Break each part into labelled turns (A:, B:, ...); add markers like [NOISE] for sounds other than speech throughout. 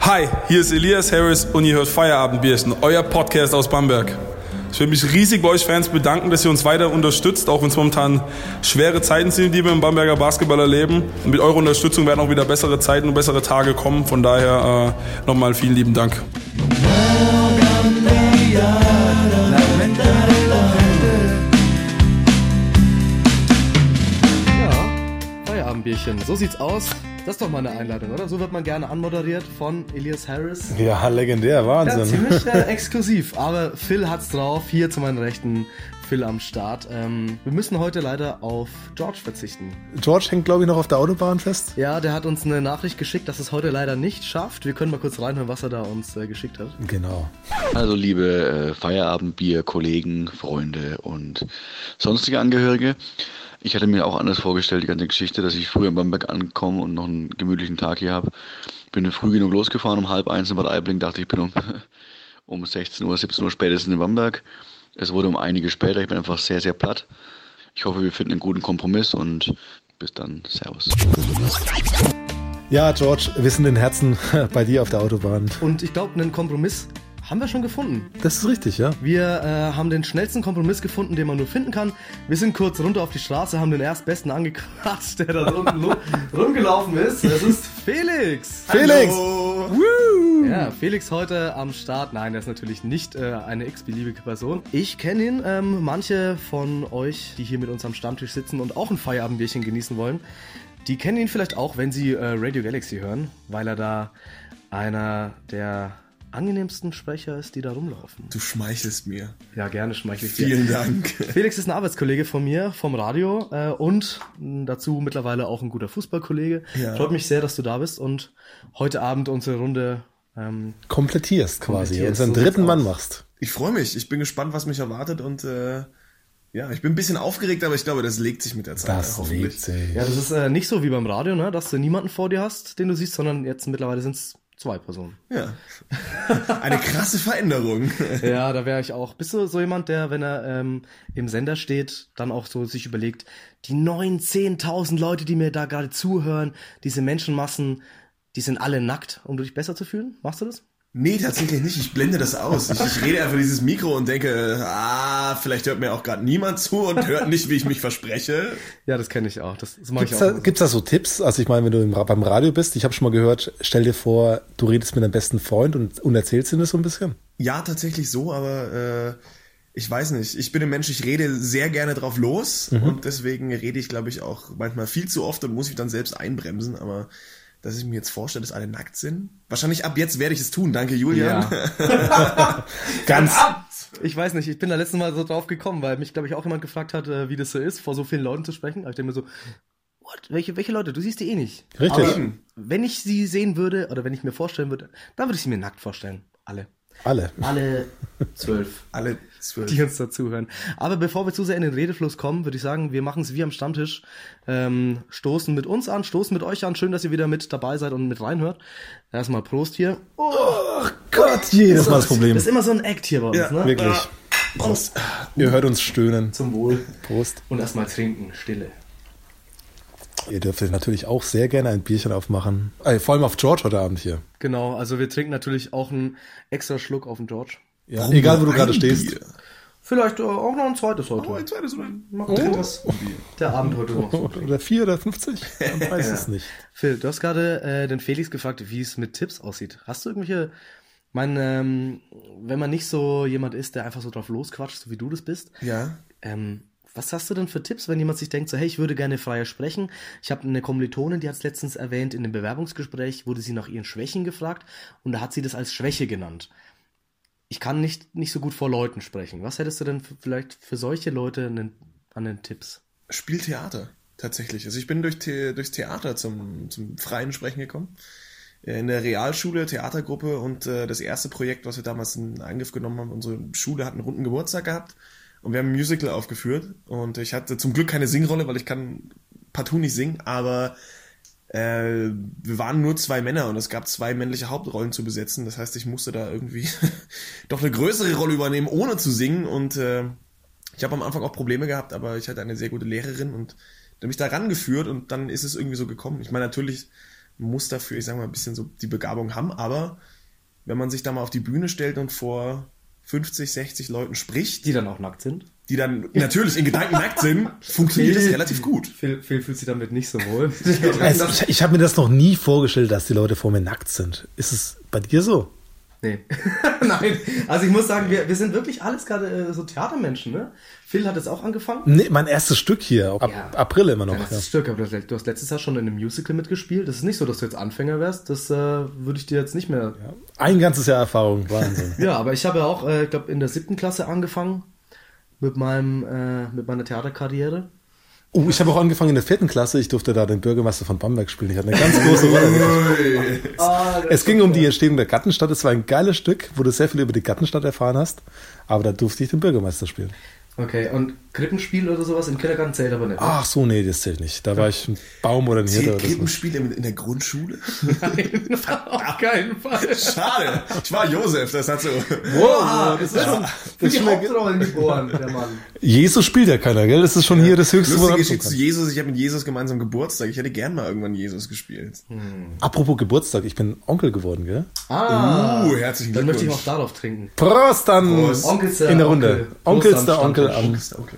A: Hi, hier ist Elias Harris und ihr hört Feierabendbierchen, euer Podcast aus Bamberg. Ich will mich riesig bei euch Fans bedanken, dass ihr uns weiter unterstützt, auch wenn es momentan schwere Zeiten sind, die wir im Bamberger Basketball erleben. Und mit eurer Unterstützung werden auch wieder bessere Zeiten und bessere Tage kommen. Von daher äh, nochmal vielen lieben Dank.
B: Ja, Feierabendbierchen. So sieht's aus. Das ist doch mal eine Einladung, oder? So wird man gerne anmoderiert von Elias Harris.
C: Ja, legendär,
B: Ja,
C: Wahnsinn.
B: ziemlich äh, exklusiv, aber Phil hat's drauf. Hier zu meinen Rechten, Phil am Start. Ähm, wir müssen heute leider auf George verzichten.
C: George hängt, glaube ich, noch auf der Autobahn fest.
B: Ja, der hat uns eine Nachricht geschickt, dass es heute leider nicht schafft. Wir können mal kurz reinhören, was er da uns äh, geschickt hat.
C: Genau.
D: Also liebe äh, Feierabendbier, Kollegen, Freunde und sonstige Angehörige. Ich hatte mir auch anders vorgestellt, die ganze Geschichte, dass ich früh in Bamberg ankomme und noch einen gemütlichen Tag hier habe. Bin früh genug losgefahren, um halb eins in Bad Aibling, dachte ich bin um, [LAUGHS] um 16 Uhr, 17 Uhr spätestens in Bamberg. Es wurde um einige später, ich bin einfach sehr, sehr platt. Ich hoffe, wir finden einen guten Kompromiss und bis dann, Servus.
C: Ja, George, wir sind in Herzen [LAUGHS] bei dir auf der Autobahn.
B: Und ich glaube, einen Kompromiss haben wir schon gefunden.
C: Das ist richtig, ja.
B: Wir äh, haben den schnellsten Kompromiss gefunden, den man nur finden kann. Wir sind kurz runter auf die Straße, haben den erstbesten angequatscht, der da unten lu- rumgelaufen ist. Das ist Felix.
C: Felix!
B: Hallo. Ja, Felix heute am Start. Nein, er ist natürlich nicht äh, eine x-beliebige Person. Ich kenne ihn. Ähm, manche von euch, die hier mit uns am Stammtisch sitzen und auch ein Feierabendbierchen genießen wollen, die kennen ihn vielleicht auch, wenn sie äh, Radio Galaxy hören, weil er da einer der angenehmsten Sprecher ist, die da rumlaufen.
E: Du schmeichelst mir.
B: Ja, gerne schmeichle ich dir.
E: Vielen Dank.
B: Felix ist ein Arbeitskollege von mir, vom Radio äh, und mh, dazu mittlerweile auch ein guter Fußballkollege.
E: Ja.
B: Freut mich sehr, dass du da bist und heute Abend unsere Runde. Ähm,
C: Komplettierst quasi.
B: Komplettierst, so
C: unseren dritten
B: sieht's
C: Mann
B: aus.
C: machst.
E: Ich freue mich. Ich bin gespannt, was mich erwartet und äh, ja, ich bin ein bisschen aufgeregt, aber ich glaube, das legt sich mit der Zeit.
C: Das lebt sich.
B: ja, das ist äh, nicht so wie beim Radio, ne, dass du niemanden vor dir hast, den du siehst, sondern jetzt mittlerweile sind es zwei [LAUGHS] Personen.
E: Ja. Eine krasse Veränderung.
B: ja, da wäre ich auch. Bist du so jemand, der, wenn er ähm, im Sender steht, dann auch so sich überlegt, die 9.000, 10.000 Leute, die mir da gerade zuhören, diese Menschenmassen, die sind alle nackt, um dich besser zu fühlen? Machst du das?
E: Nee, tatsächlich nicht. Ich blende das aus. Ich, ich rede einfach dieses Mikro und denke, ah, vielleicht hört mir auch gerade niemand zu und hört nicht, wie ich mich verspreche.
B: Ja, das kenne ich auch. Das, das mache ich
C: Gibt's
B: auch.
C: da,
B: immer so.
C: gibt's da so Tipps? Also ich meine, wenn du im, Ra- beim Radio bist, ich habe schon mal gehört, stell dir vor, du redest mit deinem besten Freund und, und erzählst ihm das so ein bisschen.
E: Ja, tatsächlich so, aber äh, ich weiß nicht. Ich bin ein Mensch, ich rede sehr gerne drauf los
B: Mhm.
E: und deswegen rede ich, glaube ich, auch manchmal viel zu oft und muss mich dann selbst einbremsen. Aber dass ich mir jetzt vorstelle, dass alle nackt sind, wahrscheinlich ab jetzt werde ich es tun. Danke, Julian.
B: Ja.
E: [LAUGHS]
C: Ganz.
B: Ich weiß nicht, ich bin da letztes Mal so drauf gekommen, weil mich, glaube ich, auch jemand gefragt hat, äh, wie das so ist, vor so vielen Leuten zu sprechen. Aber ich denke mir so, what? Welche, welche Leute? Du siehst die eh nicht.
C: Richtig.
B: Aber wenn ich sie sehen würde oder wenn ich mir vorstellen würde, dann würde ich sie mir nackt vorstellen. Alle.
C: Alle.
B: Alle zwölf.
E: Alle zwölf.
B: [LAUGHS] die uns dazuhören. Aber bevor wir zu sehr in den Redefluss kommen, würde ich sagen, wir machen es wie am Stammtisch. Ähm, stoßen mit uns an, stoßen mit euch an. Schön, dass ihr wieder mit dabei seid und mit reinhört. Erstmal Prost hier. Oh,
C: Gott, jedes Mal das Problem.
B: Das ist immer so ein Act hier bei uns,
E: Ja,
B: ne?
C: Wirklich.
E: Prost.
C: Ihr hört uns stöhnen.
B: Zum Wohl.
C: Prost.
B: Und erstmal trinken, Stille.
C: Ihr dürft euch natürlich auch sehr gerne ein Bierchen aufmachen. Äh, vor allem auf George heute Abend hier.
B: Genau, also wir trinken natürlich auch einen extra Schluck auf den George.
C: Ja, egal, wo du
E: Ein
C: gerade stehst.
E: Bier.
B: Vielleicht äh, auch noch ein zweites heute.
E: Oh, ein zweites oder ein- Oh.
B: Mal gucken, was der Abend heute noch so bringt.
C: Oder vier oder 50? Man weiß es nicht.
B: [LAUGHS] Phil, du hast gerade äh, den Felix gefragt, wie es mit Tipps aussieht. Hast du irgendwelche, mein, ähm, wenn man nicht so jemand ist, der einfach so drauf losquatscht, so wie du das bist,
E: Ja.
B: ähm, was hast du denn für Tipps, wenn jemand sich denkt, so hey, ich würde gerne freier sprechen? Ich habe eine Kommilitonin, die hat es letztens erwähnt, in einem Bewerbungsgespräch wurde sie nach ihren Schwächen gefragt und da hat sie das als Schwäche genannt. Ich kann nicht, nicht so gut vor Leuten sprechen. Was hättest du denn f- vielleicht für solche Leute an den, an den Tipps?
E: Spiel Theater, tatsächlich. Also ich bin durch The durchs Theater zum, zum freien Sprechen gekommen. Äh, In der Realschule, Theatergruppe und äh, das erste Projekt, was wir damals in Angriff genommen haben, unsere Schule hat einen runden Geburtstag gehabt und wir haben ein Musical aufgeführt und ich hatte zum Glück keine Singrolle, weil ich kann partout nicht singen, aber äh, wir waren nur zwei Männer und es gab zwei männliche Hauptrollen zu besetzen. Das heißt, ich musste da irgendwie [LAUGHS] doch eine größere Rolle übernehmen, ohne zu singen. Und äh, ich habe am Anfang auch Probleme gehabt, aber ich hatte eine sehr gute Lehrerin und die hat mich da rangeführt und dann ist es irgendwie so gekommen. Ich meine, natürlich muss dafür, ich sag mal, ein bisschen so die Begabung haben, aber wenn man sich da mal auf die Bühne stellt und vor 50, 60 Leuten spricht,
B: Die dann auch nackt sind.
E: die dann natürlich in Gedanken nackt sind,
B: [LAUGHS]
E: funktioniert das
B: Phil-
E: relativ gut.
B: Phil, Phil fühlt sich damit nicht so
E: [LAUGHS]
B: wohl.
C: Also ich ich habe mir das noch nie vorgestellt, dass die Leute vor mir nackt sind. Ist es bei dir so?
B: Nee. [LAUGHS] Nein. Also ich muss sagen, wir, wir sind wirklich alles gerade äh, so Theatermenschen, ne? Phil hat es auch angefangen.
C: Nee, mein erstes Stück hier, ab
B: Ja.
C: April immer noch.
B: Ja, das
C: ja.
B: ist Stück, aber du hast- du hast letztes Jahr schon in einem Musical mitgespielt. Das ist nicht so, dass du jetzt Anfänger wärst. Das äh, würde ich dir jetzt nicht mehr. Ja,
C: Ein ganzes Jahr Erfahrung, Wahnsinn.
B: aber ich habe ja auch, äh, ich glaube, in der siebten Klasse angefangen mit meinem, äh, mit meiner Theaterkarriere.
C: [LAUGHS] Oh, ich habe auch angefangen in der vierten Klasse. Ich durfte da den Bürgermeister von Bamberg spielen. Ich hatte eine ganz große Rolle. [LAUGHS] es ging um die Entstehung der Gattenstadt. Es war ein geiles Stück, wo du sehr viel über die Gattenstadt erfahren hast. Aber da durfte ich den Bürgermeister spielen.
B: Okay, und Krippenspiel oder sowas im Kindergarten zählt aber nicht.
C: Ach so, nee, das zählt nicht. Da war ich ein Baum oder ein Hirte
E: Zählt
C: oder so.
E: Krippenspiele in der Grundschule?
B: Nein, auf keinen Fall.
E: Schade. Ich war Josef, das hat so.
B: Wow, das ist schon für
C: ist
B: die
C: schon eine-
B: Hauptrollen geboren, der Mann.
C: Jesus spielt ja keiner, gell? Das ist schon hier das höchste,
E: Lustige
C: man
E: Geschichte
C: anfangen
E: zu Jesus. Ich habe mit Jesus gemeinsam Geburtstag. Ich hätte gern mal irgendwann Jesus gespielt.
C: kann. Apropos Geburtstag, ich bin Onkel geworden, gell?
B: Ah,
E: Uh, herzlichen
B: dann möchte ich auch
E: Glückwunsch.
B: darauf trinken.
C: Prost dann!
E: Prost.
B: Onkels der
C: In der
B: Onkel.
C: Runde.
B: Prost
C: Onkels
B: am
C: der Onkel
B: Stammtisch.
C: am.
E: Ist Okay.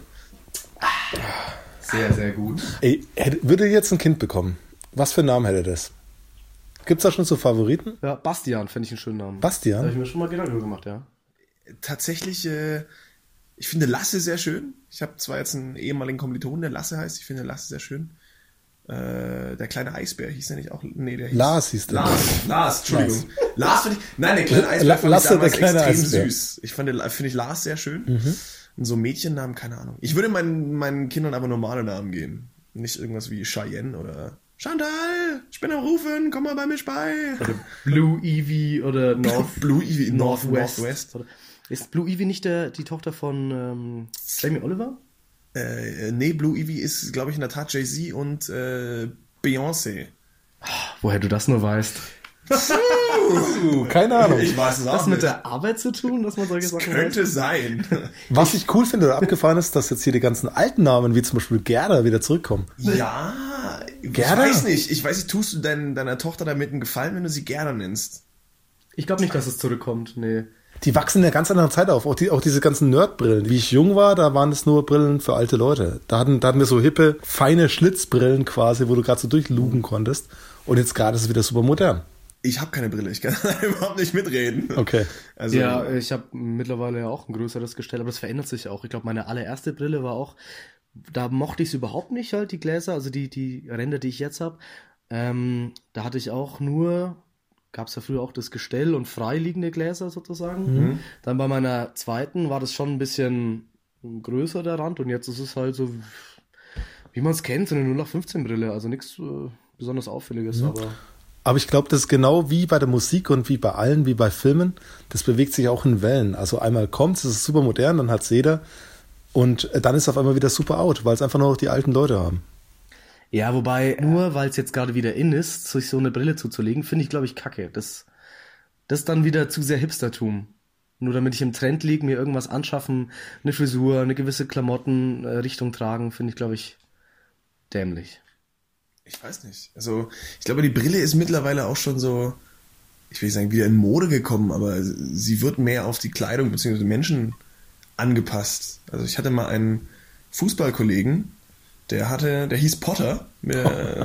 B: Sehr, sehr gut.
C: Ey, hätte, würde jetzt ein Kind bekommen, was für einen Namen hätte das? Gibt's da schon so Favoriten?
B: Ja, Bastian finde ich einen schönen Namen. Da habe ich
C: Bastian?
B: mir schon mal Gedanken drüber gemacht, ja.
E: Tatsächlich, äh, ich finde Lasse sehr schön. Ich habe zwar jetzt einen ehemaligen Kommilitonen, der Lasse heißt. Ich finde Lasse sehr schön. Äh, der kleine Eisbär hieß der nicht auch? Nee, der hieß.
C: Lars hieß der.
E: Lars, Lars, Entschuldigung. Lars, finde ich. Nein, der kleine Eisbär
C: La-
E: fand
C: Lasse,
E: ich damals
C: der kleine
E: extrem
C: Eisbär. Mhm.
E: süß. Ich fand, den- finde ich Lars sehr schön. Und so Mädchennamen, keine Ahnung. Ich würde meinen, meinen Kindern aber normale Namen geben. Nicht irgendwas wie Cheyenne oder Chantal, ich bin am Rufen, komm mal bei mir bei.
B: Also Blue Evie [LAUGHS] oder North
E: Blue Ivy, Northwest.
B: Oder, ist Blue Evie nicht der, die Tochter von ähm, Jamie Oliver?
E: Äh, nee, Blue Ivy ist, glaube ich, in der Tat Jay-Z und äh, Beyoncé.
B: Woher du das nur weißt.
C: Uh, Keine Ahnung.
E: Ich weiß es
B: Hat das mit der Arbeit zu tun, dass man solche Sachen
E: Könnte sein.
B: [LAUGHS]
C: Was ich cool finde oder abgefahren ist, dass jetzt hier die ganzen alten Namen, wie zum Beispiel Gerda, wieder zurückkommen.
E: ja, ich
C: Gerda?
E: weiß nicht. Ich weiß nicht, tust du dein, deiner Tochter damit einen Gefallen, wenn du sie Gerda nennst?
B: Ich glaube nicht, dass es zurückkommt, nee.
C: Die wachsen in einer ganz anderen Zeit auf. Auch, die, auch diese ganzen Nerdbrillen. Wie ich jung war, da waren es nur Brillen für alte Leute. Da hatten, da hatten wir so hippe, feine Schlitzbrillen quasi, wo du gerade so durchlugen konntest. Und jetzt gerade ist es wieder super modern.
E: Ich habe keine Brille, ich kann [LAUGHS] überhaupt nicht mitreden.
C: Okay.
E: Also,
B: Ja, ich habe mittlerweile ja auch ein größeres Gestell, aber das verändert sich auch. Ich glaube, meine allererste Brille war auch, da mochte ich es überhaupt nicht halt, die Gläser, also die, die Ränder, die ich jetzt habe. Ähm, da hatte ich auch nur, gab es ja früher auch das Gestell und freiliegende Gläser sozusagen. Dann bei meiner zweiten war das schon ein bisschen größer der Rand und jetzt ist es halt so, wie man es kennt, so eine 0815-Brille, also nichts äh, besonders Auffälliges, aber.
C: Aber ich glaube, das ist genau wie bei der Musik und wie bei allen, wie bei Filmen. Das bewegt sich auch in Wellen. Also einmal kommt's, es ist super modern, dann hat's jeder. Und äh, dann ist auf einmal wieder super out, weil es einfach nur noch die alten Leute haben.
B: Ja, wobei, äh, nur weil es jetzt gerade wieder in ist, sich so eine Brille zuzulegen, finde ich, glaube ich, kacke. Das, das ist dann wieder zu sehr Hipstertum. Nur damit ich im Trend liege, mir irgendwas anschaffen, eine Frisur, eine gewisse Klamottenrichtung tragen, finde ich, glaube ich, dämlich.
E: ich weiß nicht. Also, ich glaube, die Brille ist mittlerweile auch schon so, ich will nicht sagen, wieder in Mode gekommen, aber sie wird mehr auf die Kleidung bzw. Menschen angepasst. Also, ich hatte mal einen Fußballkollegen, der hatte, der hieß Potter, äh,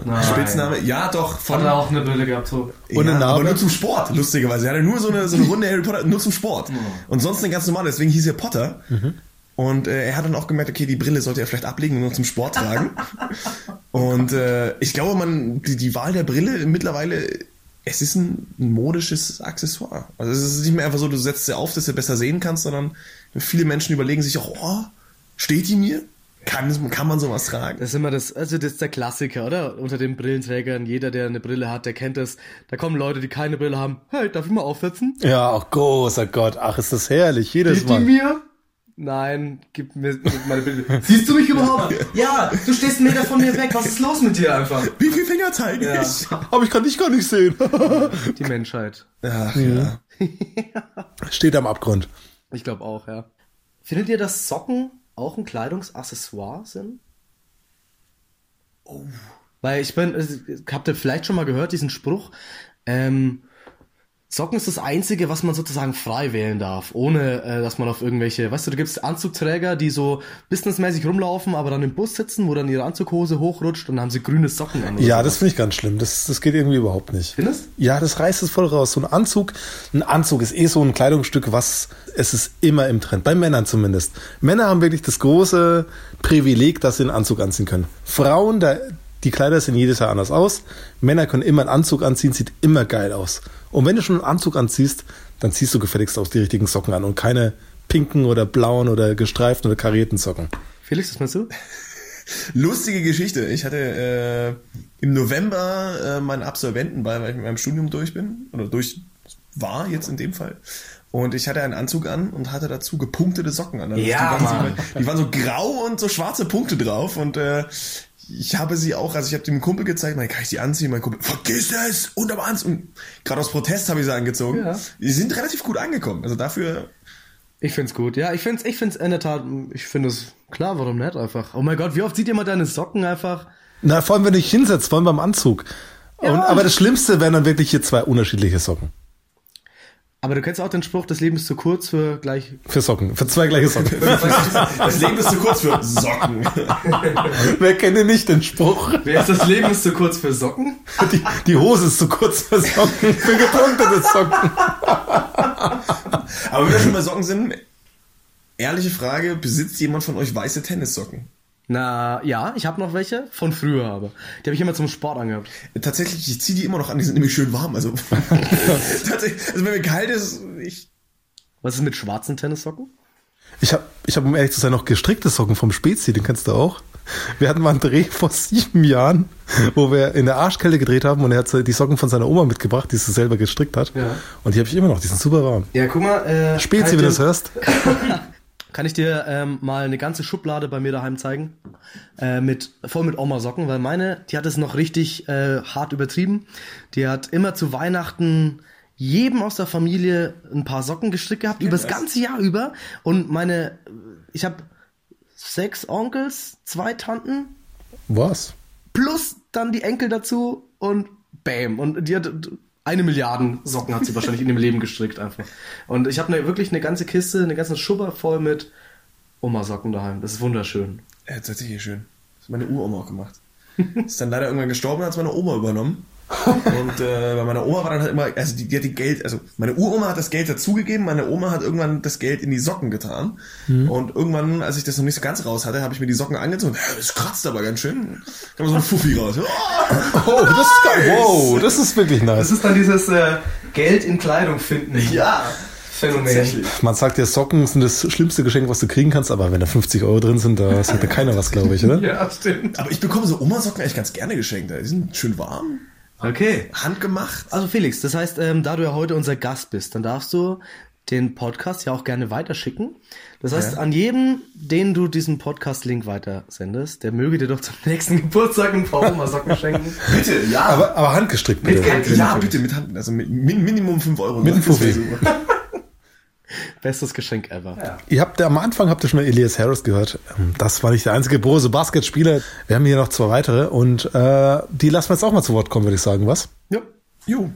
B: nein.
E: Spitzname, ja doch, von,
B: auch eine Brille gehabt, so.
C: Und
E: ja,
C: eine Narbe?
E: aber nur zum Sport, lustigerweise. Er hatte nur so
C: [LAUGHS]
E: eine, so eine Runde Harry Potter, nur zum Sport. Und sonst eine ganz normale, deswegen hieß er Potter.
C: Mhm.
E: Und äh, er hat dann auch gemerkt, okay, die Brille sollte er vielleicht ablegen und nur zum
C: [LAUGHS]
E: Sport tragen. und äh, ich glaube, man, die, die Wahl der Brille mittlerweile, es ist ein modisches Accessoire. Also es ist nicht mehr einfach so, du setzt sie auf, dass du besser sehen kannst, sondern viele Menschen überlegen sich auch, oh, steht die mir? Kann, kann man sowas tragen?
B: Das ist immer das, also das ist der Klassiker, oder? Unter den Brillenträgern, jeder, der eine Brille hat, der kennt das. Da kommen Leute, die keine Brille haben. Hey, darf ich mal aufsetzen?
C: Ja, oh großer Gott, ach, ist das herrlich, jedes
B: Gib die
C: [LAUGHS] Mal.
B: mir? Nein, gib mir gib meine Bilder. Siehst du mich überhaupt? Ja, du stehst einen Meter von mir weg. Was ist los mit dir einfach?
E: Wie viele Finger zeige
B: Ja. [LAUGHS]
E: ich?
C: Aber ich kann dich gar nicht sehen. [LAUGHS]
B: Die Menschheit.
E: Ach ja.
C: Steht am Abgrund.
B: Ich glaube auch, ja. Findet ihr, dass Oh. Socken auch ein Kleidungsaccessoire sind? Weil ich bin, habt ihr vielleicht schon mal gehört, diesen Spruch, ähm, Socken ist das Einzige, was man sozusagen frei wählen darf, ohne äh, dass man auf irgendwelche, weißt du, du gibst Anzugträger, die so businessmäßig rumlaufen, aber dann im Bus sitzen, wo dann ihre Anzughose hochrutscht und dann haben sie grüne Socken an.
C: Ja, das finde ich ganz schlimm. Das, das geht irgendwie überhaupt nicht.
B: Findest?
C: Ja, das reißt es voll raus. So ein Anzug, ein Anzug ist eh so ein Kleidungsstück, was es ist immer im Trend, bei Männern zumindest. Männer haben wirklich das große Privileg, dass sie einen Anzug anziehen können. Frauen, da, die Kleider sehen jedes Jahr anders aus. Männer können immer einen Anzug anziehen, sieht immer geil aus. Und wenn du schon einen Anzug anziehst, dann ziehst du gefälligst auch die richtigen Socken an und keine pinken oder blauen oder gestreiften oder karierten Socken.
B: Felix, was meinst du?
E: Lustige Geschichte. Ich hatte äh, im November äh, meinen Absolventenball, weil ich mit meinem Studium durch bin oder durch war jetzt in dem Fall. Und ich hatte einen Anzug an und hatte dazu gepunktete Socken an. Also
B: Ja,
E: die, waren
B: Mann.
E: so, die waren so grau und so schwarze Punkte drauf. Und äh, ich habe sie auch, also ich habe dem Kumpel gezeigt, mein, kann ich die anziehen? Mein Kumpel, vergiss es! Unterm Anzug. Und gerade aus Protest habe ich sie angezogen.
B: Ja.
E: Die sind relativ gut angekommen. Also dafür
B: Ich find's gut, ja, ich find's, ich find's in der Tat, ich find es klar, warum nicht einfach. Oh mein Gott, wie oft sieht ihr mal deine Socken einfach?
C: Na, vor allem, wenn du dich hinsetzt, vor allem beim Anzug. Und, aber das Schlimmste wären dann wirklich hier zwei unterschiedliche Socken.
B: Aber du kennst auch den Spruch, das Leben ist zu kurz für gleich.
C: Für Socken, für zwei gleiche Socken.
E: [LAUGHS] das Leben ist zu kurz für Socken.
C: Wer kennt denn nicht den Spruch?
B: Wer ist das Leben ist zu kurz für Socken?
C: Die, die Hose ist zu kurz für Socken, für gepunktete Socken.
E: Aber wenn wir schon bei Socken sind, ehrliche Frage, besitzt jemand von euch weiße Tennissocken?
B: Na, ja, ich habe noch welche von früher, aber die habe ich immer zum Sport angehabt.
E: Tatsächlich, ich ziehe die immer noch an, die sind nämlich schön warm. Also, [LAUGHS] tatsächlich, also wenn mir kalt ist, ich.
B: Was ist mit schwarzen Tennissocken?
C: Ich habe, ich hab, um ehrlich zu sein, noch gestrickte Socken vom Spezi, den kennst du auch. Wir hatten mal einen Dreh vor sieben Jahren, wo wir in der Arschkälte gedreht haben und er hat so die Socken von seiner Oma mitgebracht, die sie selber gestrickt hat.
B: Ja.
C: Und die habe ich immer noch, die sind super warm.
B: Ja, guck mal, äh,
C: Spezi, wenn du das hörst.
B: Kann ich dir ähm, mal eine ganze Schublade bei mir daheim zeigen? Äh, mit, voll mit Oma-Socken, weil meine, die hat es noch richtig äh, hart übertrieben. Die hat immer zu Weihnachten jedem aus der Familie ein paar Socken gestrickt gehabt, über das ganze Jahr über. Und meine, ich habe sechs Onkels, zwei Tanten,
C: Was?
B: plus dann die Enkel dazu und bam. Und die hat eine Milliarde Socken hat sie wahrscheinlich in ihrem Leben gestrickt einfach. Und ich habe ne, wirklich eine ganze Kiste, eine ganze Schubber voll mit Oma-Socken daheim. Das ist wunderschön.
E: Äh, tatsächlich schön. Das hat meine Uroma auch gemacht. Ist dann leider irgendwann gestorben, hat es meine Oma übernommen. Und äh, bei meiner Oma war dann halt immer, also die, die hat die Geld, also meine Uroma hat das Geld dazugegeben, meine Oma hat irgendwann das Geld in die Socken getan. Und irgendwann, als ich das noch nicht so ganz raus hatte, habe ich mir die Socken angezogen. Äh, Das kratzt aber ganz schön. Kam so ein Fuffi raus. Oh!
C: Oh, das ist geil. Wow, das ist wirklich nice.
B: ist dann dieses äh, Geld in Kleidung finden. Ja. Phänomen.
C: Man sagt ja, Socken sind das schlimmste Geschenk, was du kriegen kannst, aber wenn da 50 Euro drin sind, da sagt ja keiner was, glaube ich, oder?
B: Ja, stimmt.
E: Aber ich bekomme so Oma-Socken eigentlich ganz gerne geschenkt. Die sind schön warm,
B: Okay.
E: handgemacht.
B: Also Felix, das heißt, ähm, da du ja heute unser Gast bist, dann darfst du den Podcast ja auch gerne weiterschicken. Das heißt, an jedem, den du diesen Podcast-Link weitersendest, der möge dir doch zum [LAUGHS] nächsten Geburtstag ein paar Oma-Socken schenken.
C: [LAUGHS]
E: Bitte, ja.
C: Aber, aber handgestrickt, bitte.
E: ja, bitte, mit Hand. Also mit, min, Minimum 5 Euro.
C: Mit dem
E: Das wär
C: Fuffi.
E: super.
B: Bestes Geschenk ever.
C: Ihr habt ja am Anfang habt ihr schon mal Elias Harris gehört. Ähm, Das war nicht der einzige große Basketspieler. Wir haben hier noch zwei weitere und äh, die lassen wir jetzt auch mal zu Wort kommen, würde ich sagen, was?
B: Ja.
E: Jo.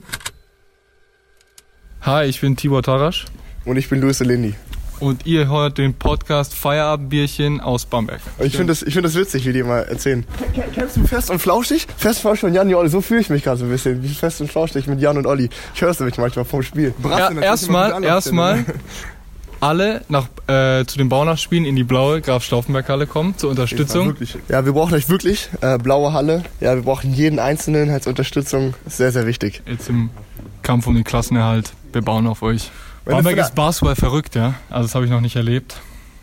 F: Hi, ich bin Tibor Tarasch
G: Und ich bin Luis Eleni.
F: und ihr hört den Podcast Feierabendbierchen aus Bamberg.
G: Ich finde das, ich find das witzig, wie die mal erzählen. Kennst du Fest und Flauschig? Fest, Flauschig und Jan und Olli. So fühle ich mich gerade so ein bisschen. Wie Fest und Flauschig mit Jan und Olli. Ich höre es nämlich manchmal vom Spiel.
F: Ja, erstmal,
G: ne?
F: erstmal [LAUGHS] alle nach, äh, zu den Baunachspielen in die blaue Graf Stauffenberg-Halle kommen zur Unterstützung.
G: Ja, wir brauchen euch wirklich. Äh, blaue Halle. Ja, wir brauchen jeden Einzelnen als Unterstützung. Ist Sehr, sehr wichtig.
F: Jetzt im Kampf um den Klassenerhalt. Wir bauen auf euch.
G: Wenn
F: Bamberg
G: das-
F: ist Basketball verrückt, ja. Also das habe ich noch nicht erlebt.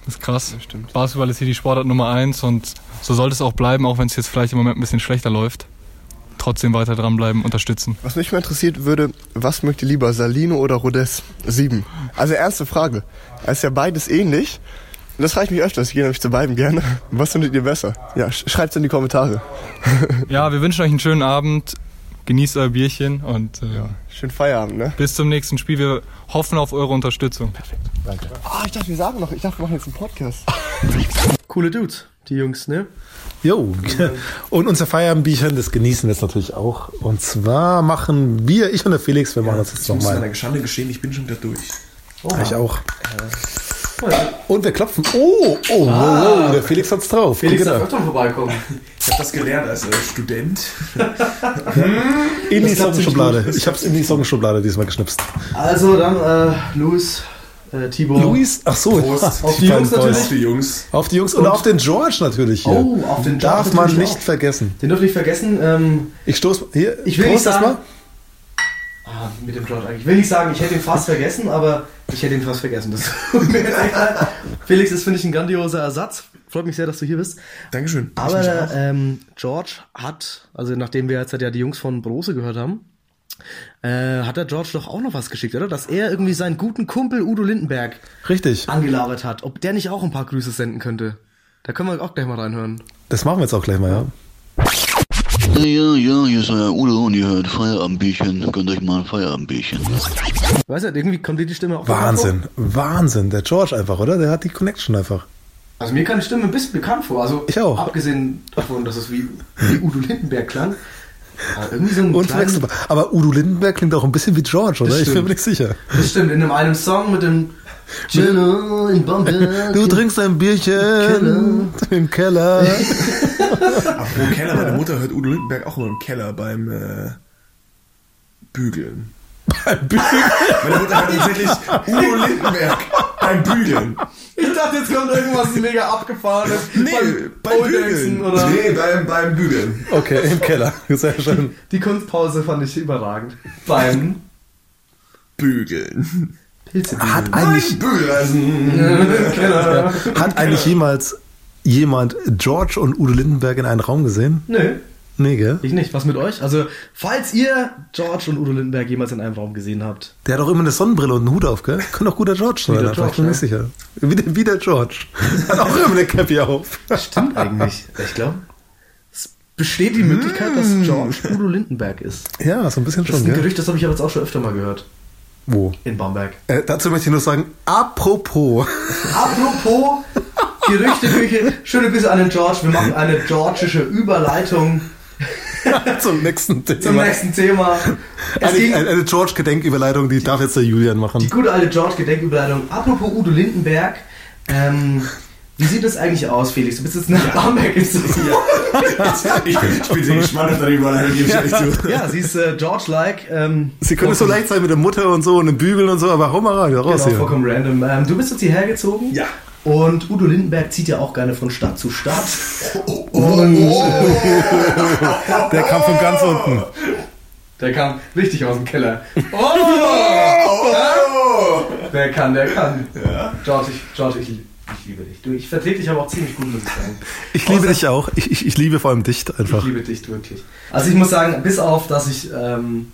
F: Das ist krass. Basketball ist hier die Sportart Nummer eins und so sollte es auch bleiben, auch wenn es jetzt vielleicht im Moment ein bisschen schlechter läuft. Trotzdem weiter dranbleiben, unterstützen.
G: Was mich mal interessiert würde, was mögt ihr lieber, Salino oder Rodez? Sieben. Also ernste Frage. Es ist ja beides ähnlich. Und Das reicht mich öfters. Ich gehe nämlich zu beiden gerne. Was findet ihr besser? Ja, sch schreibt's in die Kommentare.
F: Ja, wir wünschen euch einen schönen Abend. Genießt euer Bierchen und äh,
G: Schönen Feierabend, ne?
F: bis zum nächsten Spiel. Wir hoffen auf eure Unterstützung.
G: Ah, ich dachte, wir sagen noch, ich dachte, wir machen jetzt einen Podcast.
B: Coole Dudes. die Jungs, ne?
C: Jo, [LAUGHS] und unser Feierabendbierchen, das genießen wir jetzt natürlich auch. Und zwar machen wir, ich und der Felix, wir machen das jetzt
E: Ich muss
C: nochmal.
E: meiner Schande geschehen, ich bin schon wieder durch.
C: Ich auch. Und wir klopfen. Oh, oh, oh, oh, der Felix hat's drauf. Genau. Guck da.
B: öfter vorbeikommen.
E: Ich habe das gelernt als äh, Student.
C: In die
E: klappt ziemlich
C: Sockenschublade.
E: gut. Das
C: Ich hab's in die Sockenschublade diesmal geschnipst.
B: Also dann, äh, Luis, äh, Tibor.
C: Luis, ach so. [LAUGHS]
E: Prost.
C: auf
B: die Jungs natürlich.
E: Die Jungs.
C: Auf die Jungs und, auf den George natürlich hier.
B: Oh, auf den George
C: Darf man
B: natürlich
C: nicht
B: auch.
C: vergessen.
B: Den dürfen wir nicht vergessen. Ähm,
C: Ich stoß hier.
B: Ich will
C: Prost
B: nicht sagen-
C: erstmal.
B: ah, mit dem George eigentlich. Ich will nicht sagen, ich hätte ihn fast vergessen, aber ich hätte ihn fast vergessen. Das [LAUGHS] tut mir leid. Felix, das finde ich ein grandioser Ersatz. Freut mich sehr, dass du hier bist.
E: Dankeschön. Ich mich
B: Aber
E: auch.
B: ähm, George hat, also nachdem wir jetzt ja die Jungs von Brose gehört haben, äh, hat der George doch auch noch was geschickt, oder? Dass er irgendwie seinen guten Kumpel Udo Lindenberg
C: Richtig.
B: angelabert hat. Ob der nicht auch ein paar Grüße senden könnte? Da können wir auch gleich mal reinhören.
C: Das machen wir jetzt auch gleich mal, ja.
D: Ja, ja, ja, hier ist euer Udo und ihr hört Feierabendbierchen. Gönnt euch mal ein Feierabendbierchen.
B: Ich weiß nicht, irgendwie kommt dir die Stimme auch bekannt
C: Wahnsinn. Wahnsinn. Der George einfach, oder? Der hat die Connection einfach.
B: vor. Also mir kam die Stimme ein bisschen bekannt vor. Also
C: Ich auch.
B: Abgesehen davon, dass es wie, wie Udo Lindenberg klang. Aber irgendwie so ein kleinen,
C: Unverwechselbar. Aber Udo Lindenberg klingt auch ein bisschen wie George, oder?
B: Das
C: Ich bin
B: stimmt.
C: mir nicht sicher.
B: Das stimmt, in einem, einem Song mit dem Cello in Bombay.
C: Du trinkst ein Bierchen im Keller.
E: Apropos Keller, meine Mutter hört Udo Lindenberg auch immer im Keller beim äh, Bügeln.
C: Ein Bierchen.
E: Meine Mutter hört tatsächlich Udo Lindenberg beim Bügeln.
B: Ich dachte, jetzt kommt irgendwas mega abgefahrenes. Oder
E: Nee, beim, beim Bügeln.
C: Okay, im Keller. Sehr schön.
B: Die Kunstpause fand ich überragend. Beim
E: Bügeln.
B: Pilze.
C: Hat eigentlich,
E: Bügeln.
C: hat eigentlich jemals jemand George und Udo Lindenberg in einen Raum gesehen?
B: Nö,
C: Nee, gell?
B: ich nicht. Was mit euch? Also, falls ihr George und Udo Lindenberg jemals in einem Raum gesehen habt.
C: Der hat auch immer eine Sonnenbrille und einen Hut auf, gell? Kann doch guter George sein.
B: Wie der
C: einfach, ich bin
B: George,
C: mir sicher. Wie der, wie der George. [LAUGHS] Hat auch immer eine Cappy auf.
B: Stimmt eigentlich. Ich glaube, es besteht die Möglichkeit,
C: Hm.
B: dass George Udo Lindenberg ist.
C: Ja, so ein bisschen
B: Das
C: schon,
B: ist ein
C: gell?
B: Gerücht, das habe ich aber jetzt auch schon öfter mal gehört.
C: Wo?
B: In Bamberg.
C: Äh, dazu möchte ich nur sagen, apropos. [LAUGHS]
B: Apropos Gerüchteküche, schöne Grüße an den George. Wir machen eine georgische Überleitung
C: zum nächsten Thema.
B: zum nächsten Thema. Es ging
C: Eine, eine, eine George-Gedenküberleitung, die darf jetzt der Julian
B: die
C: machen.
B: gute alte George-Gedenküberleitung. Apropos Udo Lindenberg, ähm, wie sieht das eigentlich aus, Felix? Du bist jetzt nach [LAUGHS] Bamberg gezogen.
E: Ich bin, [LAUGHS] ich bin sehr gespannt auf deine Überleitung, gebe ich ehrlich zu.
B: Ja, sie ist äh, George-like. Ähm,
C: Sie könnte so
B: vollkommen-
C: leicht sein mit der Mutter und so und dem Bügeln und so, aber hau mal rein, hau raus
B: Genau,
C: hier.
B: vollkommen random. Ähm, du bist jetzt hierher gezogen.
E: Ja.
B: Und Udo Lindenberg zieht ja auch gerne von Stadt zu Stadt.
C: Der kam von ganz unten.
B: Der kam richtig aus dem Keller. Oh! Der kann, der kann. George, ich, George, ich, ich liebe dich. Du, ich vertrete dich aber auch ziemlich gut, muss ich sagen.
C: Ich liebe dich auch. Ich, ich, ich liebe vor allem dich
B: Ich
C: einfach.
B: liebe dich wirklich. Also ich muss sagen, bis auf, dass ich ähm,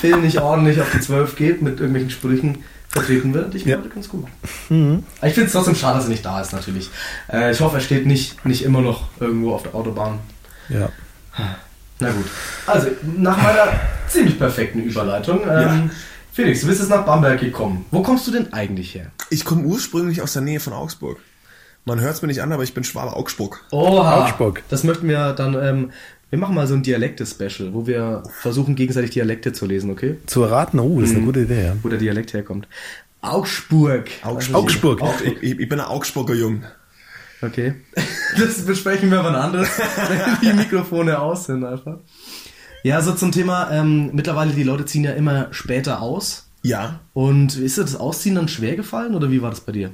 B: Phil nicht ordentlich auf die 12 geht mit irgendwelchen Sprüchen, vertreten wir dich
C: Ja.
B: heute ganz gut. Aber Ich finde es trotzdem schade, dass er nicht da ist, natürlich. Äh, ich hoffe, er steht nicht, nicht immer noch irgendwo auf der Autobahn.
C: Ja.
B: Na gut. Also, nach meiner ziemlich perfekten Überleitung. Ähm, Felix, du bist jetzt nach Bamberg gekommen. Wo kommst du denn eigentlich her?
E: Ich komme ursprünglich aus der Nähe von Augsburg. Man hört es mir nicht an, aber ich bin Schwabe Augsburg.
B: Oha.
C: Augsburg.
B: Das möchten wir dann. Ähm, wir machen mal so ein Dialekte-Special, wo wir versuchen, gegenseitig Dialekte zu lesen, okay?
C: Zu erraten, oh, das ist eine gute Idee, ja.
B: Wo der Dialekt herkommt. Augsburg.
C: Augsburg.
E: Auch, ich, ich ich bin ein Augsburger Jung.
B: Okay. [LAUGHS] Das besprechen wir wann anderes, [LAUGHS] wenn die Mikrofone aus sind einfach. Ja, so zum Thema, ähm, mittlerweile die Leute ziehen ja immer später aus.
E: Ja.
B: Und ist dir das Ausziehen dann schwer gefallen oder wie war das bei dir?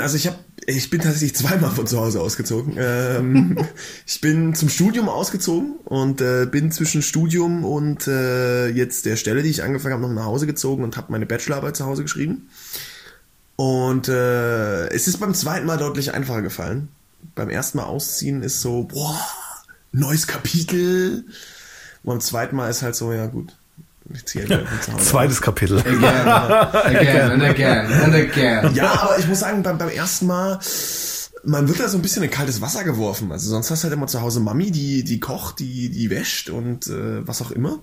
E: Also ich habe, ich bin tatsächlich zweimal von zu Hause ausgezogen. Ähm, ich bin zum Studium ausgezogen und äh, bin zwischen Studium und äh, jetzt der Stelle, die ich angefangen habe, noch nach Hause gezogen und habe meine Bachelorarbeit zu Hause geschrieben. Und äh, es ist beim zweiten Mal deutlich einfacher gefallen. Beim ersten Mal ausziehen ist so, boah, neues Kapitel. Und beim zweiten Mal ist halt so, ja gut, ich ziehe halt von zu Hause.
C: Zweites Kapitel.
B: Again and again and again.
E: Ja, aber ich muss sagen, beim, beim ersten Mal, man wird da so ein bisschen in kaltes Wasser geworfen. Also sonst hast du halt immer zu Hause Mami, die, die kocht, die, die wäscht und äh, was auch immer.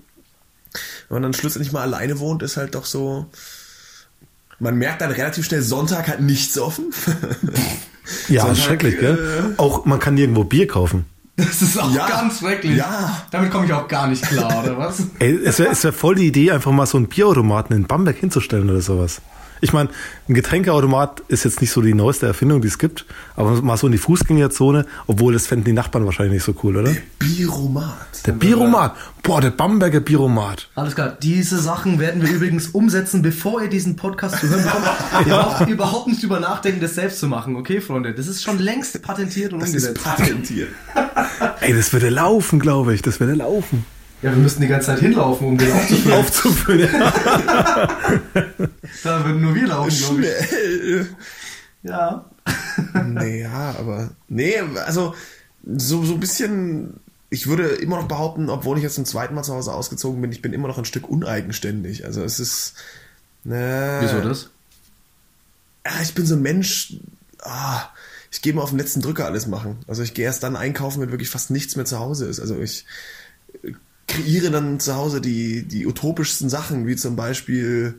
E: Wenn man dann schlussendlich mal alleine wohnt, ist halt doch so. Man merkt dann relativ schnell, Sonntag äh, hat nichts offen.
C: [LAUGHS] Ja, schrecklich, gell? Auch man kann nirgendwo Bier kaufen.
B: Das ist auch
E: Ja.
B: ganz schrecklich.
E: Ja.
B: Damit komme ich auch gar nicht klar, oder was?
C: Ey, es wäre es wär voll die Idee, einfach mal so einen Bierautomaten in Bamberg hinzustellen oder sowas. Ich meine, ein Getränkeautomat ist jetzt nicht so die neueste Erfindung, die es gibt, aber mal so in die Fußgängerzone, obwohl das fänden die Nachbarn wahrscheinlich nicht so cool, oder?
E: Biromat.
C: Der Bieromat. Boah, der Bamberger Bieromat.
B: Alles klar, diese Sachen werden wir übrigens umsetzen, bevor ihr diesen Podcast zu hören bekommt. Ihr [LAUGHS] braucht überhaupt nicht über nachdenken, das selbst zu machen, okay, Freunde? Das ist schon längst patentiert und
E: Das ist
B: umgesetzt.
E: patentiert.
C: Ey, das würde laufen, glaube ich. Das würde laufen.
B: Ja, wir müssten die ganze Zeit hinlaufen, um den [LAUGHS] aufzufüllen.
C: Aufzufüllen.
B: [LAUGHS] Da würden nur wir laufen, glaube ich.
E: Schnell.
B: Ja.
E: Naja, aber. Nee, also so, so ein bisschen. Ich würde immer noch behaupten, obwohl ich jetzt zum zweiten Mal zu Hause ausgezogen bin, ich bin immer noch ein Stück uneigenständig. Also es ist. Ne,
B: das?
E: Ja, Ah, ich bin so ein Mensch. Ah, ich gehe mal auf den letzten Drücker alles machen. Also ich gehe erst dann einkaufen, wenn wirklich fast nichts mehr zu Hause ist. Also ich äh, kreiere dann zu Hause die, die utopischsten Sachen, wie zum Beispiel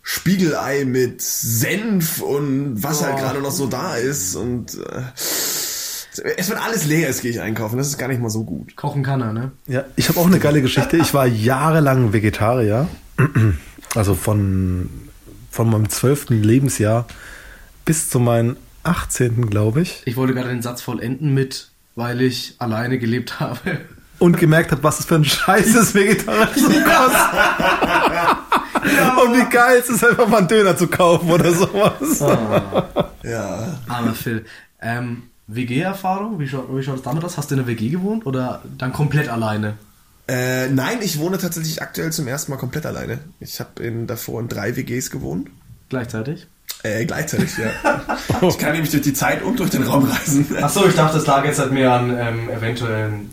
E: Spiegelei mit Senf und was halt gerade noch so da ist. Und äh, es wird alles leer, jetzt gehe ich einkaufen. Das ist gar nicht mal so gut.
B: Kochen kann er, ne?
C: Ja, ich habe auch eine geile Geschichte. Ich war jahrelang Vegetarier. [CLEARS THROAT] Also von, von meinem zwölften Lebensjahr bis zu meinem 18. glaube ich.
B: Ich wollte gerade den Satz vollenden mit, weil ich alleine gelebt habe.
C: Und gemerkt habe, was es für ein scheißes vegetarisches Kost. Und wie geil es ist, einfach mal einen Döner zu kaufen oder sowas.
E: Ja.
B: Aber Phil, ähm, WG-Erfahrung, wie, schaut- wie schaut es damit aus? Hast du in einer WG gewohnt oder dann komplett alleine?
E: Äh, nein, ich wohne tatsächlich aktuell zum ersten Mal komplett alleine. Ich habe in, davor in drei WGs gewohnt.
B: Gleichzeitig?
E: Äh, gleichzeitig, ja. [LAUGHS] Ich kann nämlich durch die Zeit und durch den Raum reisen.
B: Achso, ich dachte, das lag jetzt halt mehr an ähm, eventuellen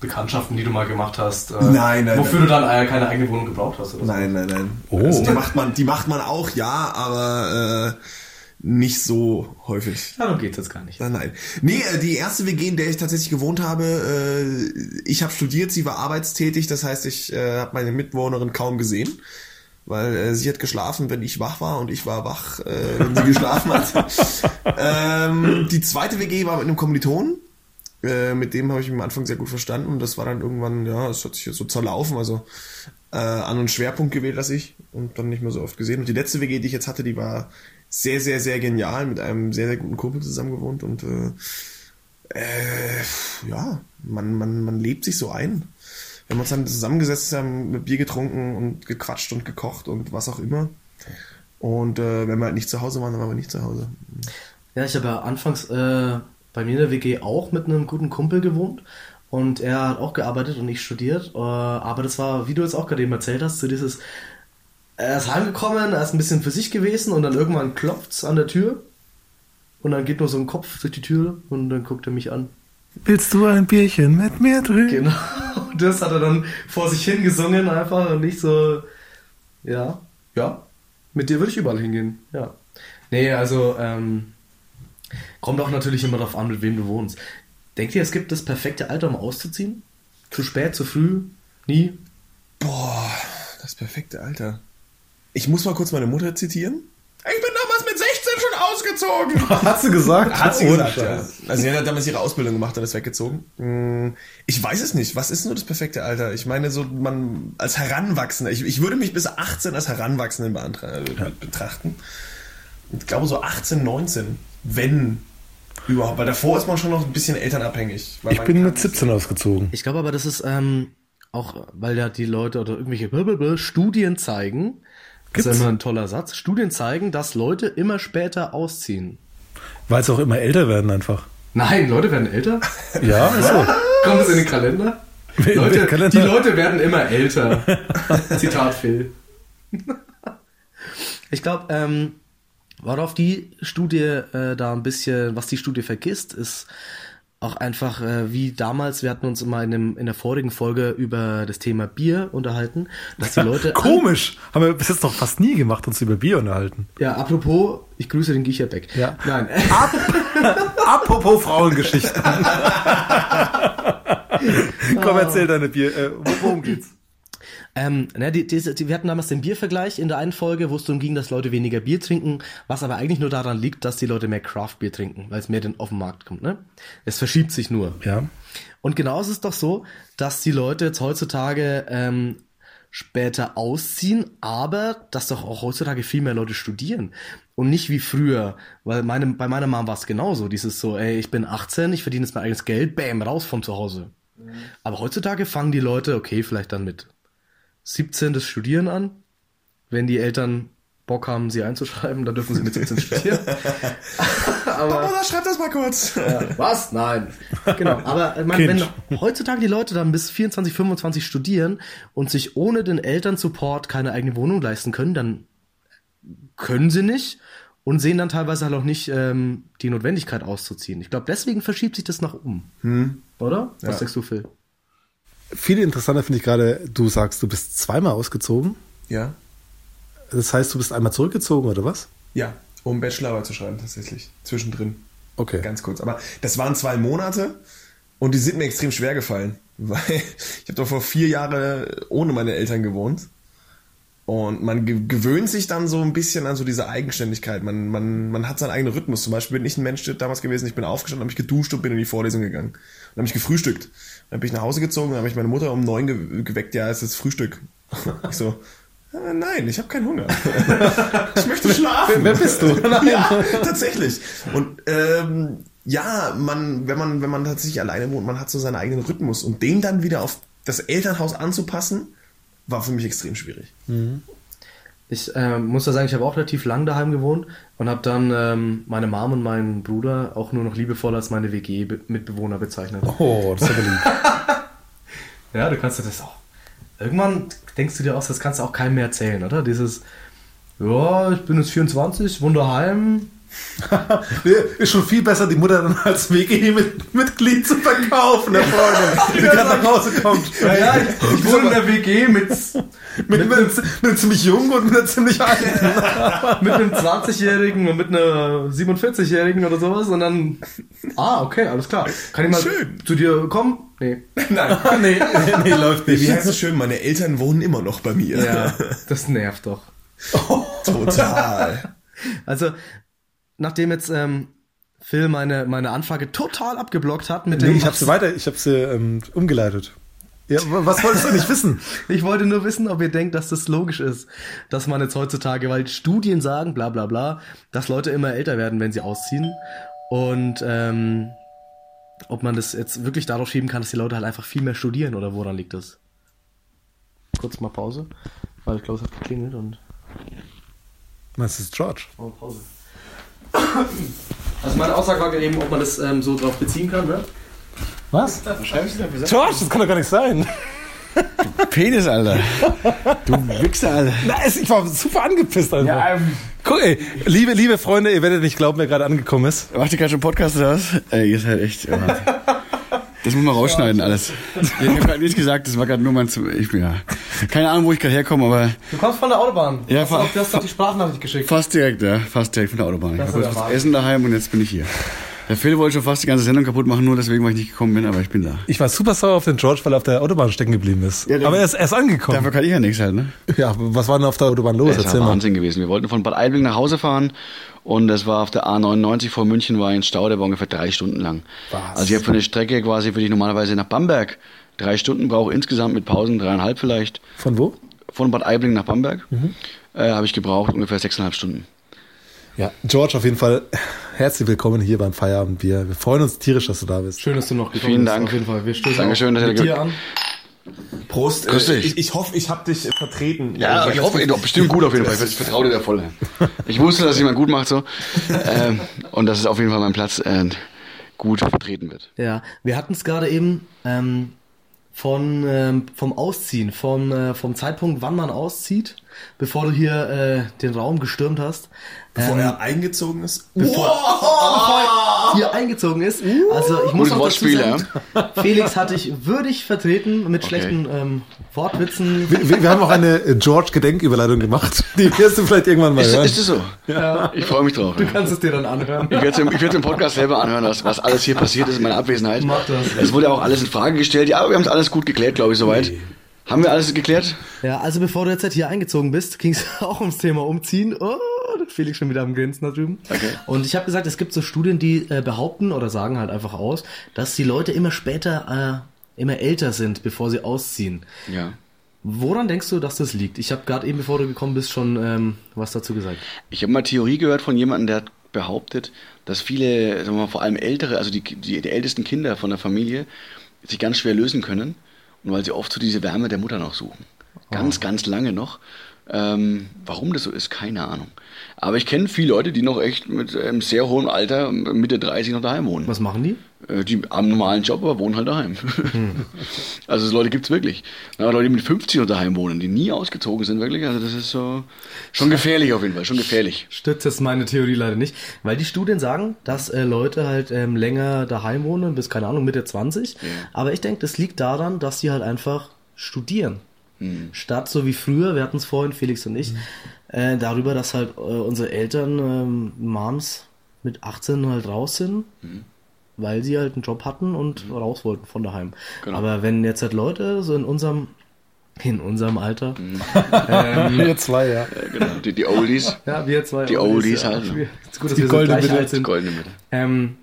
B: Bekanntschaften, die du mal gemacht hast. äh,
E: Nein, nein,
B: Wofür du
E: nein.
B: dann äh, keine eigene Wohnung gebraucht hast. Oder so.
E: Nein, nein, nein. Also die macht man, die macht man auch, ja, aber äh, nicht so häufig.
B: Darum geht es jetzt gar nicht.
E: Nein, nein. Nee, äh, die erste WG, in der ich tatsächlich gewohnt habe, äh, ich habe studiert, sie war arbeitstätig, das heißt, ich äh, habe meine Mitbewohnerin kaum gesehen, weil äh, sie hat geschlafen, wenn ich wach war und ich war wach, äh, wenn sie geschlafen [LAUGHS] hat. ähm, die zweite WG war mit einem Kommilitonen. Äh, mit dem habe ich mich am Anfang sehr gut verstanden und das war dann irgendwann, ja, es hat sich jetzt so zerlaufen, also äh, an einen Schwerpunkt gewählt, dass ich und dann nicht mehr so oft gesehen. Und die letzte WG, die ich jetzt hatte, die war sehr, sehr, sehr genial, mit einem sehr, sehr guten Kumpel zusammen gewohnt und äh, äh, ja, man, man, man lebt sich so ein. Wir haben uns dann zusammengesetzt, haben mit Bier getrunken und gequatscht und gekocht und was auch immer. Und äh, wenn wir halt nicht zu Hause waren, dann waren wir nicht zu Hause.
B: Ja, ich habe ja anfangs äh, bei mir in der WG auch mit einem guten Kumpel gewohnt und er hat auch gearbeitet und ich studiert. Äh, aber das war, wie du jetzt auch gerade eben erzählt hast, so dieses, er ist heimgekommen, er ist ein bisschen für sich gewesen und dann irgendwann klopft's an der Tür und dann geht nur so ein Kopf durch die Tür und dann guckt er mich an. [LAUGHS]
C: Willst du ein Bierchen mit mir trinken?
B: Genau, das hat er dann vor sich hingesungen einfach und nicht so, ja, ja, mit dir würde ich überall hingehen, ja. Nee, also, ähm, kommt auch natürlich immer darauf an, mit wem du wohnst. Denkt ihr, es gibt das perfekte Alter, um auszuziehen? Zu spät, zu früh, nie?
E: Boah, das perfekte Alter. Ich muss mal kurz meine Mutter zitieren. Ich bin damals mit 16 schon ausgezogen.
C: Hast du gesagt?
E: [LAUGHS] Hat sie
C: Ohne
E: gesagt, ja.
C: Scheiß.
E: Also sie hat ja damals ihre Ausbildung gemacht und ist weggezogen. Mm, Ich weiß es nicht. Was ist nur das perfekte Alter? Ich meine, so man als Heranwachsender. Ich, ich würde mich bis 18 als Heranwachsenden beantra- äh, betrachten. Ich glaube so 18, 19, wenn überhaupt. Weil davor ist man schon noch ein bisschen elternabhängig. Weil
C: Ich
E: man
C: bin
E: kann-
C: mit 17 ausgezogen.
B: Ich glaube aber, das ist ähm, auch, weil ja die Leute oder irgendwelche blablabla Studien zeigen, das ist
C: Gibt's?
B: ja immer ein toller Satz, Studien zeigen, dass Leute immer später ausziehen.
C: Weil es auch immer älter werden einfach.
B: Nein, Leute werden älter.
C: Ja, so.
B: Kommt es in den Kalender?
C: Wer-
B: Leute,
C: wer Kalender?
B: Die Leute werden immer älter. Zitat Phil. Ich glaube, ähm, worauf die Studie äh, da ein bisschen, was die Studie vergisst, ist auch einfach äh, wie damals, wir hatten uns immer in, dem, in der vorigen Folge über das Thema Bier unterhalten, dass die Leute...
C: Komisch. Haben wir bis jetzt noch fast nie gemacht, uns über Bier unterhalten.
B: Ja, apropos, ich grüße den Gicherbeck.
C: Ja.
B: Nein,
C: Apropos Frauengeschichten. Komm, erzähl deine Bier. Äh, worum geht's?
B: Ähm, ne, die, die, die, wir hatten damals den Biervergleich in der einen Folge, wo es darum ging, dass Leute weniger Bier trinken, was aber eigentlich nur daran liegt, dass die Leute mehr Craft-Bier trinken, weil es mehr denn auf den Markt kommt. Ne? Es verschiebt sich nur.
C: Ja.
B: Und genau ist es doch so, dass die Leute jetzt heutzutage ähm, später ausziehen, aber dass doch auch heutzutage viel mehr Leute studieren. Und nicht wie früher, weil meine, bei meiner Mom war es genauso. Dieses so, ey, ich bin 18, ich verdiene jetzt mein eigenes Geld, bam, raus von zu Hause. Aber heutzutage fangen die Leute, okay, vielleicht dann mit 17 das Studieren an. Wenn die Eltern Bock haben, sie einzuschreiben, dann dürfen sie mit 17 studieren.
E: Papa, da schreib das mal kurz. [LAUGHS]
B: Was? Nein. Genau. Aber ich meine, wenn heutzutage die Leute dann bis 24, 25 studieren und sich ohne den Elternsupport keine eigene Wohnung leisten können, dann können sie nicht und sehen dann teilweise halt auch nicht ähm, die Notwendigkeit auszuziehen. Ich glaube, deswegen verschiebt sich das nach oben. Oder? Was
E: Ja.
B: sagst du, Phil?
C: Viel interessanter finde ich gerade, du sagst, du bist zweimal ausgezogen.
E: Ja,
C: Das heißt, du bist einmal zurückgezogen, oder was?
E: ja, um Bachelorarbeit zu schreiben tatsächlich. Zwischendrin,
C: Okay.
E: ganz kurz. Aber das waren zwei Monate und die sind mir extrem schwer gefallen, [LAUGHS] weil ich habe doch vor vier Jahren ohne meine Eltern gewohnt. Und man ge- gewöhnt sich dann so ein bisschen an so diese Eigenständigkeit. Man, man, man hat seinen eigenen Rhythmus. Zum Beispiel bin ich ein Mensch damals gewesen, ich bin aufgestanden, habe mich geduscht und bin in die Vorlesung gegangen. Dann habe ich gefrühstückt. Dann bin ich nach Hause gezogen, dann habe ich meine Mutter um neun ge geweckt, ja, es ist Frühstück. Ich so, "Äh, nein, ich habe keinen Hunger. Ich möchte schlafen.
C: Wer bist du?
E: [LAUGHS] Ja, tatsächlich. Und ähm, ja, man, wenn man, wenn man tatsächlich alleine wohnt, man hat so seinen eigenen Rhythmus und den dann wieder auf das Elternhaus anzupassen, war für mich extrem schwierig.
B: Ich ähm, muss ja sagen, ich habe auch relativ lang daheim gewohnt und habe dann ähm, meine Mom und meinen Bruder auch nur noch liebevoll als meine WG-Mitbewohner bezeichnet.
C: Oh, das ist aber lieb.
B: [LAUGHS] Ja, du kannst dir das auch. Irgendwann denkst du dir aus, das kannst du auch keinem mehr erzählen, oder? Dieses, ja, ich bin jetzt 24, wohne daheim.
C: Nee, ist schon viel besser, die Mutter dann als WG-Mitglied zu verkaufen, der
D: [LAUGHS]
C: Freundin, die gerade nach Hause kommt.
B: ich wohne in der WG mit,
C: mit, mit, mit einem ziemlich jungen und mit einem ziemlich alten.
B: [LAUGHS] mit einem 20-Jährigen und mit einer 47-Jährigen oder sowas und dann, ah, okay, alles klar. Kann ich mal
E: Schön.
B: zu dir kommen? Nee.
E: Nein.
C: Ah, nee, nee, läuft
E: Wie heißt es schön, meine Eltern wohnen immer noch bei mir.
B: Ja, das nervt doch.
E: Total.
B: Also, nachdem jetzt ähm, Phil meine, meine Anfrage total abgeblockt hat mit
C: Nee,
B: dem.
C: ich habe sie weiter, ich habe sie ähm, umgeleitet. Ja, wa- was wolltest du nicht wissen?
B: Ich wollte nur wissen, ob ihr denkt, dass das logisch ist, dass man jetzt heutzutage, weil Studien sagen, bla bla bla, dass Leute immer älter werden, wenn sie ausziehen. Und ähm, ob man das jetzt wirklich darauf schieben kann, dass die Leute halt einfach viel mehr studieren oder woran liegt das? Kurz mal Pause, weil ich glaube, es hat geklingelt und.
C: Das ist George.
B: Oh, Pause. Also meine Aussage war eben, ob man das ähm, so drauf beziehen kann, ne?
C: Was? George, das kann doch gar nicht sein.
D: Penis, Alter. Du Wichser, Alter.
C: Na, es- ich war super angepisst einfach.
D: Ja, ähm,
C: Guck, ey, liebe, liebe Freunde, ihr werdet nicht glauben, wer gerade angekommen ist.
D: macht ihr gerade schon Podcast oder was? Ey, ihr seid echt. Wahnsinn. Das muss man rausschneiden, alles. Ich habe gerade nichts gesagt, das war gerade nur mein. Zum ich bin ja. Keine Ahnung, wo ich gerade herkomme, aber
B: Du kommst von der Autobahn.
D: Ja,
B: hast du,
D: fa-
B: auch- du hast doch die Sprachnachricht geschickt.
D: fast direkt, ja. Fast direkt von der Autobahn. Ich
B: Das
D: habe
B: ist der
D: kurz was
B: Wahnsinn.
D: Essen daheim und jetzt bin ich hier. Der Phil wollte schon fast die ganze Sendung kaputt machen, nur deswegen, weil ich nicht gekommen bin, aber ich bin da.
C: Ich war super sauer auf den George, weil er auf der Autobahn stecken geblieben ist.
D: Ja, der-
C: Aber er ist erst angekommen.
D: Dafür kann ich ja nichts halt, ne?
C: Ja, was war denn auf der Autobahn los?
D: Das
C: Erzähl
D: war
C: mal.
D: Wahnsinn gewesen. Wir wollten von Bad Aibling nach Hause fahren und das war auf der A99 vor München war ein Stau, der war ungefähr drei Stunden lang.
C: Was?
D: Also ich habe für eine Strecke quasi, für die ich normalerweise nach Bamberg drei Stunden brauche, insgesamt mit Pausen dreieinhalb vielleicht,
C: Von wo?
D: von Bad Aibling nach Bamberg,
B: Mhm.
D: äh, habe ich gebraucht ungefähr sechseinhalb Stunden.
C: Ja, George, auf jeden Fall herzlich willkommen hier beim Feierabendbier. Wir freuen uns tierisch, dass du da bist.
B: Schön, dass du noch gekommen
D: Vielen
B: bist.
D: Dank.
B: Auf jeden Fall. Wir stoßen
D: Dankeschön,
B: auch
D: dass ihr
B: mit
D: ge-
B: dir an.
E: Prost. äh,
D: Grüß dich.
E: Ich, ich hoffe, ich habe dich äh, vertreten.
D: bestimmt gut auf jeden Fall. Ich vertraue dir da voll. Ich wusste, dass jemand gut
B: [LAUGHS]
D: macht so ähm, und dass es auf jeden Fall mein Platz äh, gut vertreten wird.
B: Ja, wir hatten es gerade eben ähm, von, ähm, vom Ausziehen, vom, äh, vom Zeitpunkt, wann man auszieht, bevor du hier äh, den Raum gestürmt hast.
E: Bevor
B: ähm,
E: er eingezogen ist.
B: hier eingezogen ist. Also
D: [LAUGHS]
B: ich muss auch dazu
D: Gutes Wortspiel,
B: sagen, Felix hatte ich würdig vertreten mit schlechten ähm, Wortwitzen.
C: Wir, wir, wir haben auch eine äh, George-Gedenküberleitung gemacht. Die wirst du vielleicht irgendwann mal
D: Ist,
C: hören.
D: ist das so? Ich freue mich drauf.
B: Du kannst es dir dann anhören.
D: Ich werde es im Podcast selber anhören, was, was alles hier passiert ist in meiner Abwesenheit.
B: Mach das.
D: Es wurde auch alles in Frage gestellt. Ja, aber wir haben es alles gut geklärt, glaube ich, soweit. Haben wir alles geklärt?
B: Ja, also bevor du jetzt hier eingezogen bist, ging es [LAUGHS] auch ums Thema Umziehen. Oh, da Felix schon wieder am Grinsen da drüben. Okay. Und ich habe gesagt, es gibt so Studien, die äh, behaupten oder sagen halt einfach aus, dass die Leute immer später, äh, immer älter sind, bevor sie ausziehen.
D: Ja.
B: Woran denkst du, dass das liegt? Ich habe gerade eben, bevor du gekommen bist, schon ähm, was dazu gesagt.
D: Ich habe mal Theorie gehört von jemandem, der hat behauptet, dass viele, sagen wir mal, vor allem ältere, also die, die, die ältesten Kinder von der Familie, sich ganz schwer lösen können und weil sie oft so diese Wärme der Mutter noch suchen. Ganz, ganz lange noch. Ähm, warum das so ist, keine Ahnung. Aber ich kenne viele Leute, die noch echt mit ähm, sehr hohem Alter, Mitte 30 noch daheim wohnen.
B: Was machen die?
D: Äh, die haben einen normalen Job, aber wohnen halt daheim. [LAUGHS] also so Leute gibt es wirklich. Na, Leute, die mit 50 noch daheim wohnen, die nie ausgezogen sind, wirklich. Also das ist so schon gefährlich auf jeden Fall, schon gefährlich.
B: Stützt jetzt meine Theorie leider nicht, weil die Studien sagen, dass äh, Leute halt ähm, länger daheim wohnen, bis keine Ahnung, Mitte 20. Aber ich denke, das liegt daran, dass die halt einfach studieren. Statt so wie früher, wir hatten es vorhin, Felix und ich, äh, darüber, dass halt äh, unsere Eltern, ähm, Moms, mit 18 halt raus sind, weil sie halt einen Job hatten und raus wollten von daheim.
D: Mhm. Genau.
B: Aber wenn jetzt halt Leute so in unserem, in unserem Alter,
D: Mhm.
C: Wir zwei, ja.
D: Äh, genau. Die, die Oldies,
B: [LAUGHS] ja, wir zwei,
D: Die Oldies halt, ne?
B: Ist gut, dass
C: Die
B: wir so
C: goldene
B: gleich
C: Mitte.
B: alt sind.
D: goldene Mitte.
B: ähm,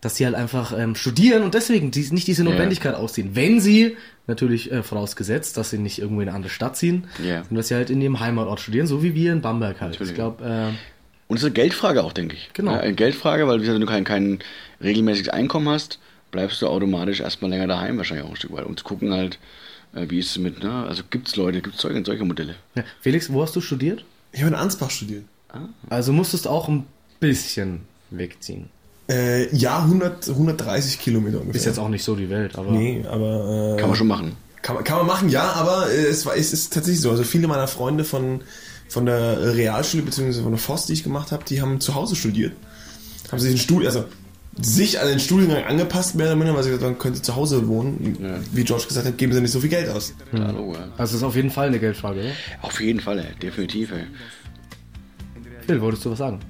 B: dass sie halt einfach ähm, studieren und deswegen dies, nicht diese Notwendigkeit ausziehen. Wenn sie, natürlich äh, vorausgesetzt, dass sie nicht irgendwo in eine andere Stadt ziehen,
D: Ja.
B: sondern dass sie halt in ihrem Heimatort studieren, so wie wir in Bamberg halt. Ich
D: Natürlich.
B: glaube, äh,
D: Und es ist eine Geldfrage auch, denke ich.
B: Genau.
D: Ja, eine Geldfrage, weil wie gesagt, wenn du kein, kein regelmäßiges Einkommen hast, bleibst du automatisch erstmal länger daheim, wahrscheinlich auch ein Stück weit. Und zu gucken halt, äh, wie ist es mit, ne? Also gibt es Leute, gibt es solche, solche Modelle.
B: ja. Felix, wo hast du studiert?
E: Ich habe in Ansbach studiert.
B: Also musstest auch ein bisschen wegziehen.
E: Äh, ja, 100, 130 Kilometer ungefähr.
B: Ist jetzt auch nicht so die Welt, aber
E: Nee, aber. Äh,
D: Kann man schon machen.
E: Kann, man- kann man machen, ja, aber äh, es, war, es ist tatsächlich so. Also viele meiner Freunde von, von der Realschule bzw. von der FOS, die ich gemacht habe, die haben zu Hause studiert. Haben sich den Studium, also sich an den Studiengang angepasst, mehr oder minder, weil sie gesagt haben, könnte zu Hause wohnen. Wie George gesagt hat, geben sie nicht so viel Geld aus.
D: Hallo, ja.
B: also ist auf jeden Fall eine Geldfrage. Oder?
D: äh, Auf jeden Fall, ey. definitiv. Ey.
B: Phil, wolltest du was sagen?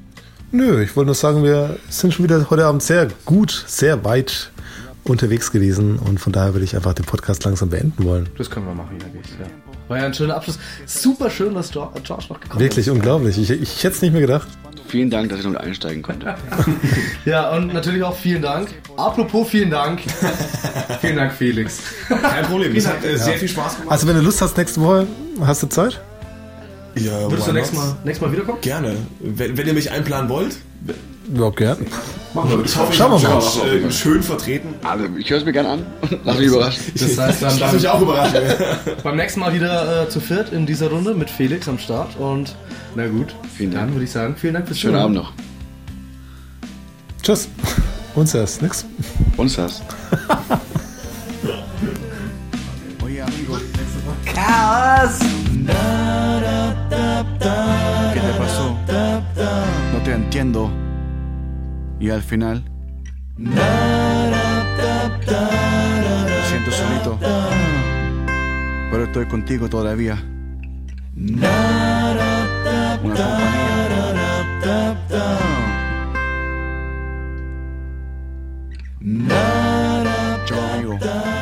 C: Nö, ich wollte nur sagen, wir sind schon wieder heute Abend sehr gut, sehr weit unterwegs gewesen und von daher würde ich einfach den Podcast langsam beenden wollen.
B: Das können wir machen, denke ich. Ja. War ja ein schöner Äh, Abschluss. Super schön, dass George noch gekommen ist.
C: Wirklich unglaublich. Ich, ich hätte es nicht mehr gedacht.
D: Vielen Dank, dass ich damit einsteigen konnte.
B: Ja, und natürlich auch vielen Dank. Apropos vielen Dank. vielen Dank, Felix.
E: Kein Problem, das hat äh, sehr viel Spaß gemacht.
C: Also wenn du Lust hast, nächste Woche hast du Zeit?
E: Ja,
B: Würdest du
E: why
B: nächstes
E: not?
B: Mal, nächstes mal wiederkommen?
E: Gerne. Wenn, wenn ihr mich einplanen wollt,
C: Überhaupt gern.
E: ich hoffe, ich
C: Schauen wir mal.
E: hab's, äh, schön vertreten.
D: Also, ich höre es mir gerne an [LAUGHS] und lass mich überraschen.
B: Das heißt, dann,
E: Ich lasse mich
B: dann
E: auch überraschen.
B: beim nächsten Mal wieder äh, zu viert in dieser Runde mit Felix am Start. Und na gut,
D: Vielen Dank.
B: dann würde ich sagen, vielen Dank fürs
D: Schönen
B: Zuhören.
D: Abend noch.
C: Tschüss. Uns erst. Nix.
D: Uns das.
H: ¿Qué te pasó? No te entiendo. Y al final. Me siento solito. Pero estoy contigo todavía. Una compañía. Chao, amigo.